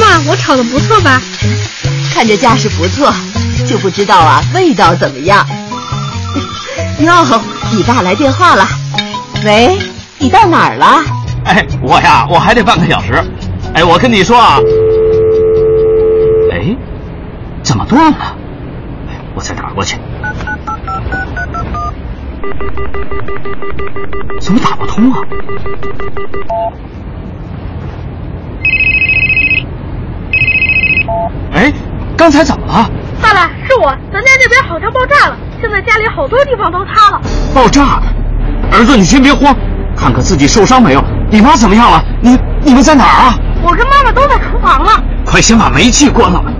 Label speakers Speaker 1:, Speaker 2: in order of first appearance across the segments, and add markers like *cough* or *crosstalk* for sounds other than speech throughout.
Speaker 1: 看我炒的不错吧？
Speaker 2: 看着架势不错，就不知道啊味道怎么样。哟，你爸来电话了。喂，你到哪儿了？
Speaker 3: 哎，我呀，我还得半个小时。哎，我跟你说啊，哎，怎么断了？哎，我再打过去。怎么打不通啊？哎，刚才怎么了？
Speaker 1: 爸爸，是我，咱家这边好像爆炸了，现在家里好多地方都塌了。
Speaker 3: 爆炸！儿子，你先别慌，看看自己受伤没有。你妈怎么样了？你你们在哪儿啊？
Speaker 1: 我跟妈妈都在厨房了，
Speaker 3: 快先把煤气关了吧。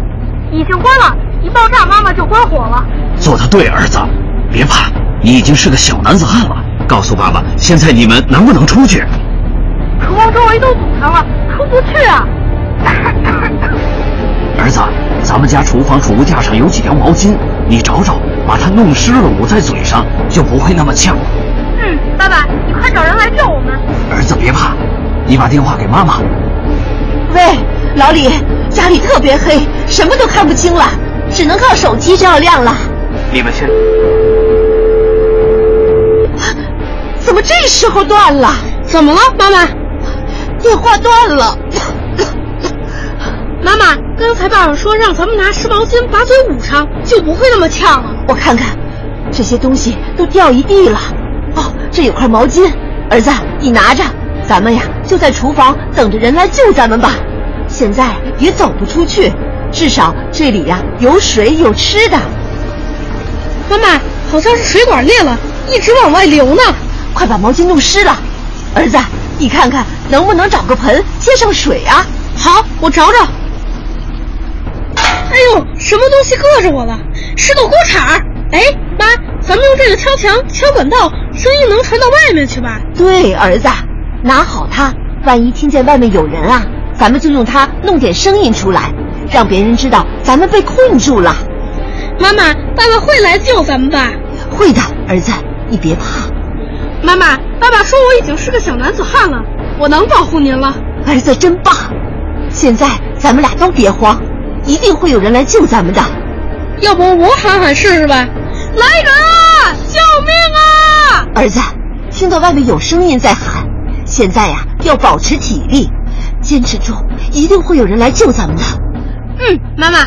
Speaker 1: 已经关了，一爆炸妈妈就关火了。
Speaker 3: 做的对，儿子，别怕，你已经是个小男子汉了。告诉爸爸，现在你们能不能出去？
Speaker 1: 厨房周围都堵上了，出不去啊！
Speaker 3: 儿子，咱们家厨房储物架上有几条毛巾，你找找，把它弄湿了捂在嘴上，就不会那么呛了。
Speaker 1: 嗯，爸爸，你快找人来救我们！
Speaker 3: 儿子，别怕，你把电话给妈妈。
Speaker 2: 喂，老李，家里特别黑，什么都看不清了，只能靠手机照亮了。
Speaker 3: 你们先。
Speaker 2: 怎么这时候断了？
Speaker 1: 怎么了，妈妈？
Speaker 2: 电话断了。
Speaker 1: 妈妈，刚才爸爸说让咱们拿湿毛巾把嘴捂上，就不会那么呛了。
Speaker 2: 我看看，这些东西都掉一地了。哦，这有块毛巾，儿子，你拿着，咱们呀就在厨房等着人来救咱们吧。现在也走不出去，至少这里呀有水有吃的。
Speaker 1: 妈妈，好像是水管裂了，一直往外流呢。
Speaker 2: 快把毛巾弄湿了，儿子，你看看能不能找个盆接上水啊？
Speaker 1: 好，我找找。哎呦，什么东西硌着我了？是个锅铲儿。哎，妈，咱们用这个敲墙、敲管道，声音能传到外面去吧？
Speaker 2: 对，儿子，拿好它，万一听见外面有人啊，咱们就用它弄点声音出来，让别人知道咱们被困住了。
Speaker 1: 妈妈，爸爸会来救咱们吧？
Speaker 2: 会的，儿子，你别怕。
Speaker 1: 妈妈，爸爸说我已经是个小男子汉了，我能保护您了。
Speaker 2: 儿子真棒！现在咱们俩都别慌，一定会有人来救咱们的。
Speaker 1: 要不我喊喊试试吧？来人啊！救命 *laughs* 啊！
Speaker 2: 儿子，听到外面有声音在喊，现在呀、要保持体力，坚持住，一定会有人来救咱们的。
Speaker 1: 嗯，妈妈，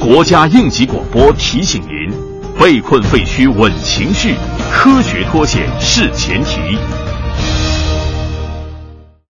Speaker 4: 国家应急广播提醒您：被困废墟稳情绪，科学脱险是前提。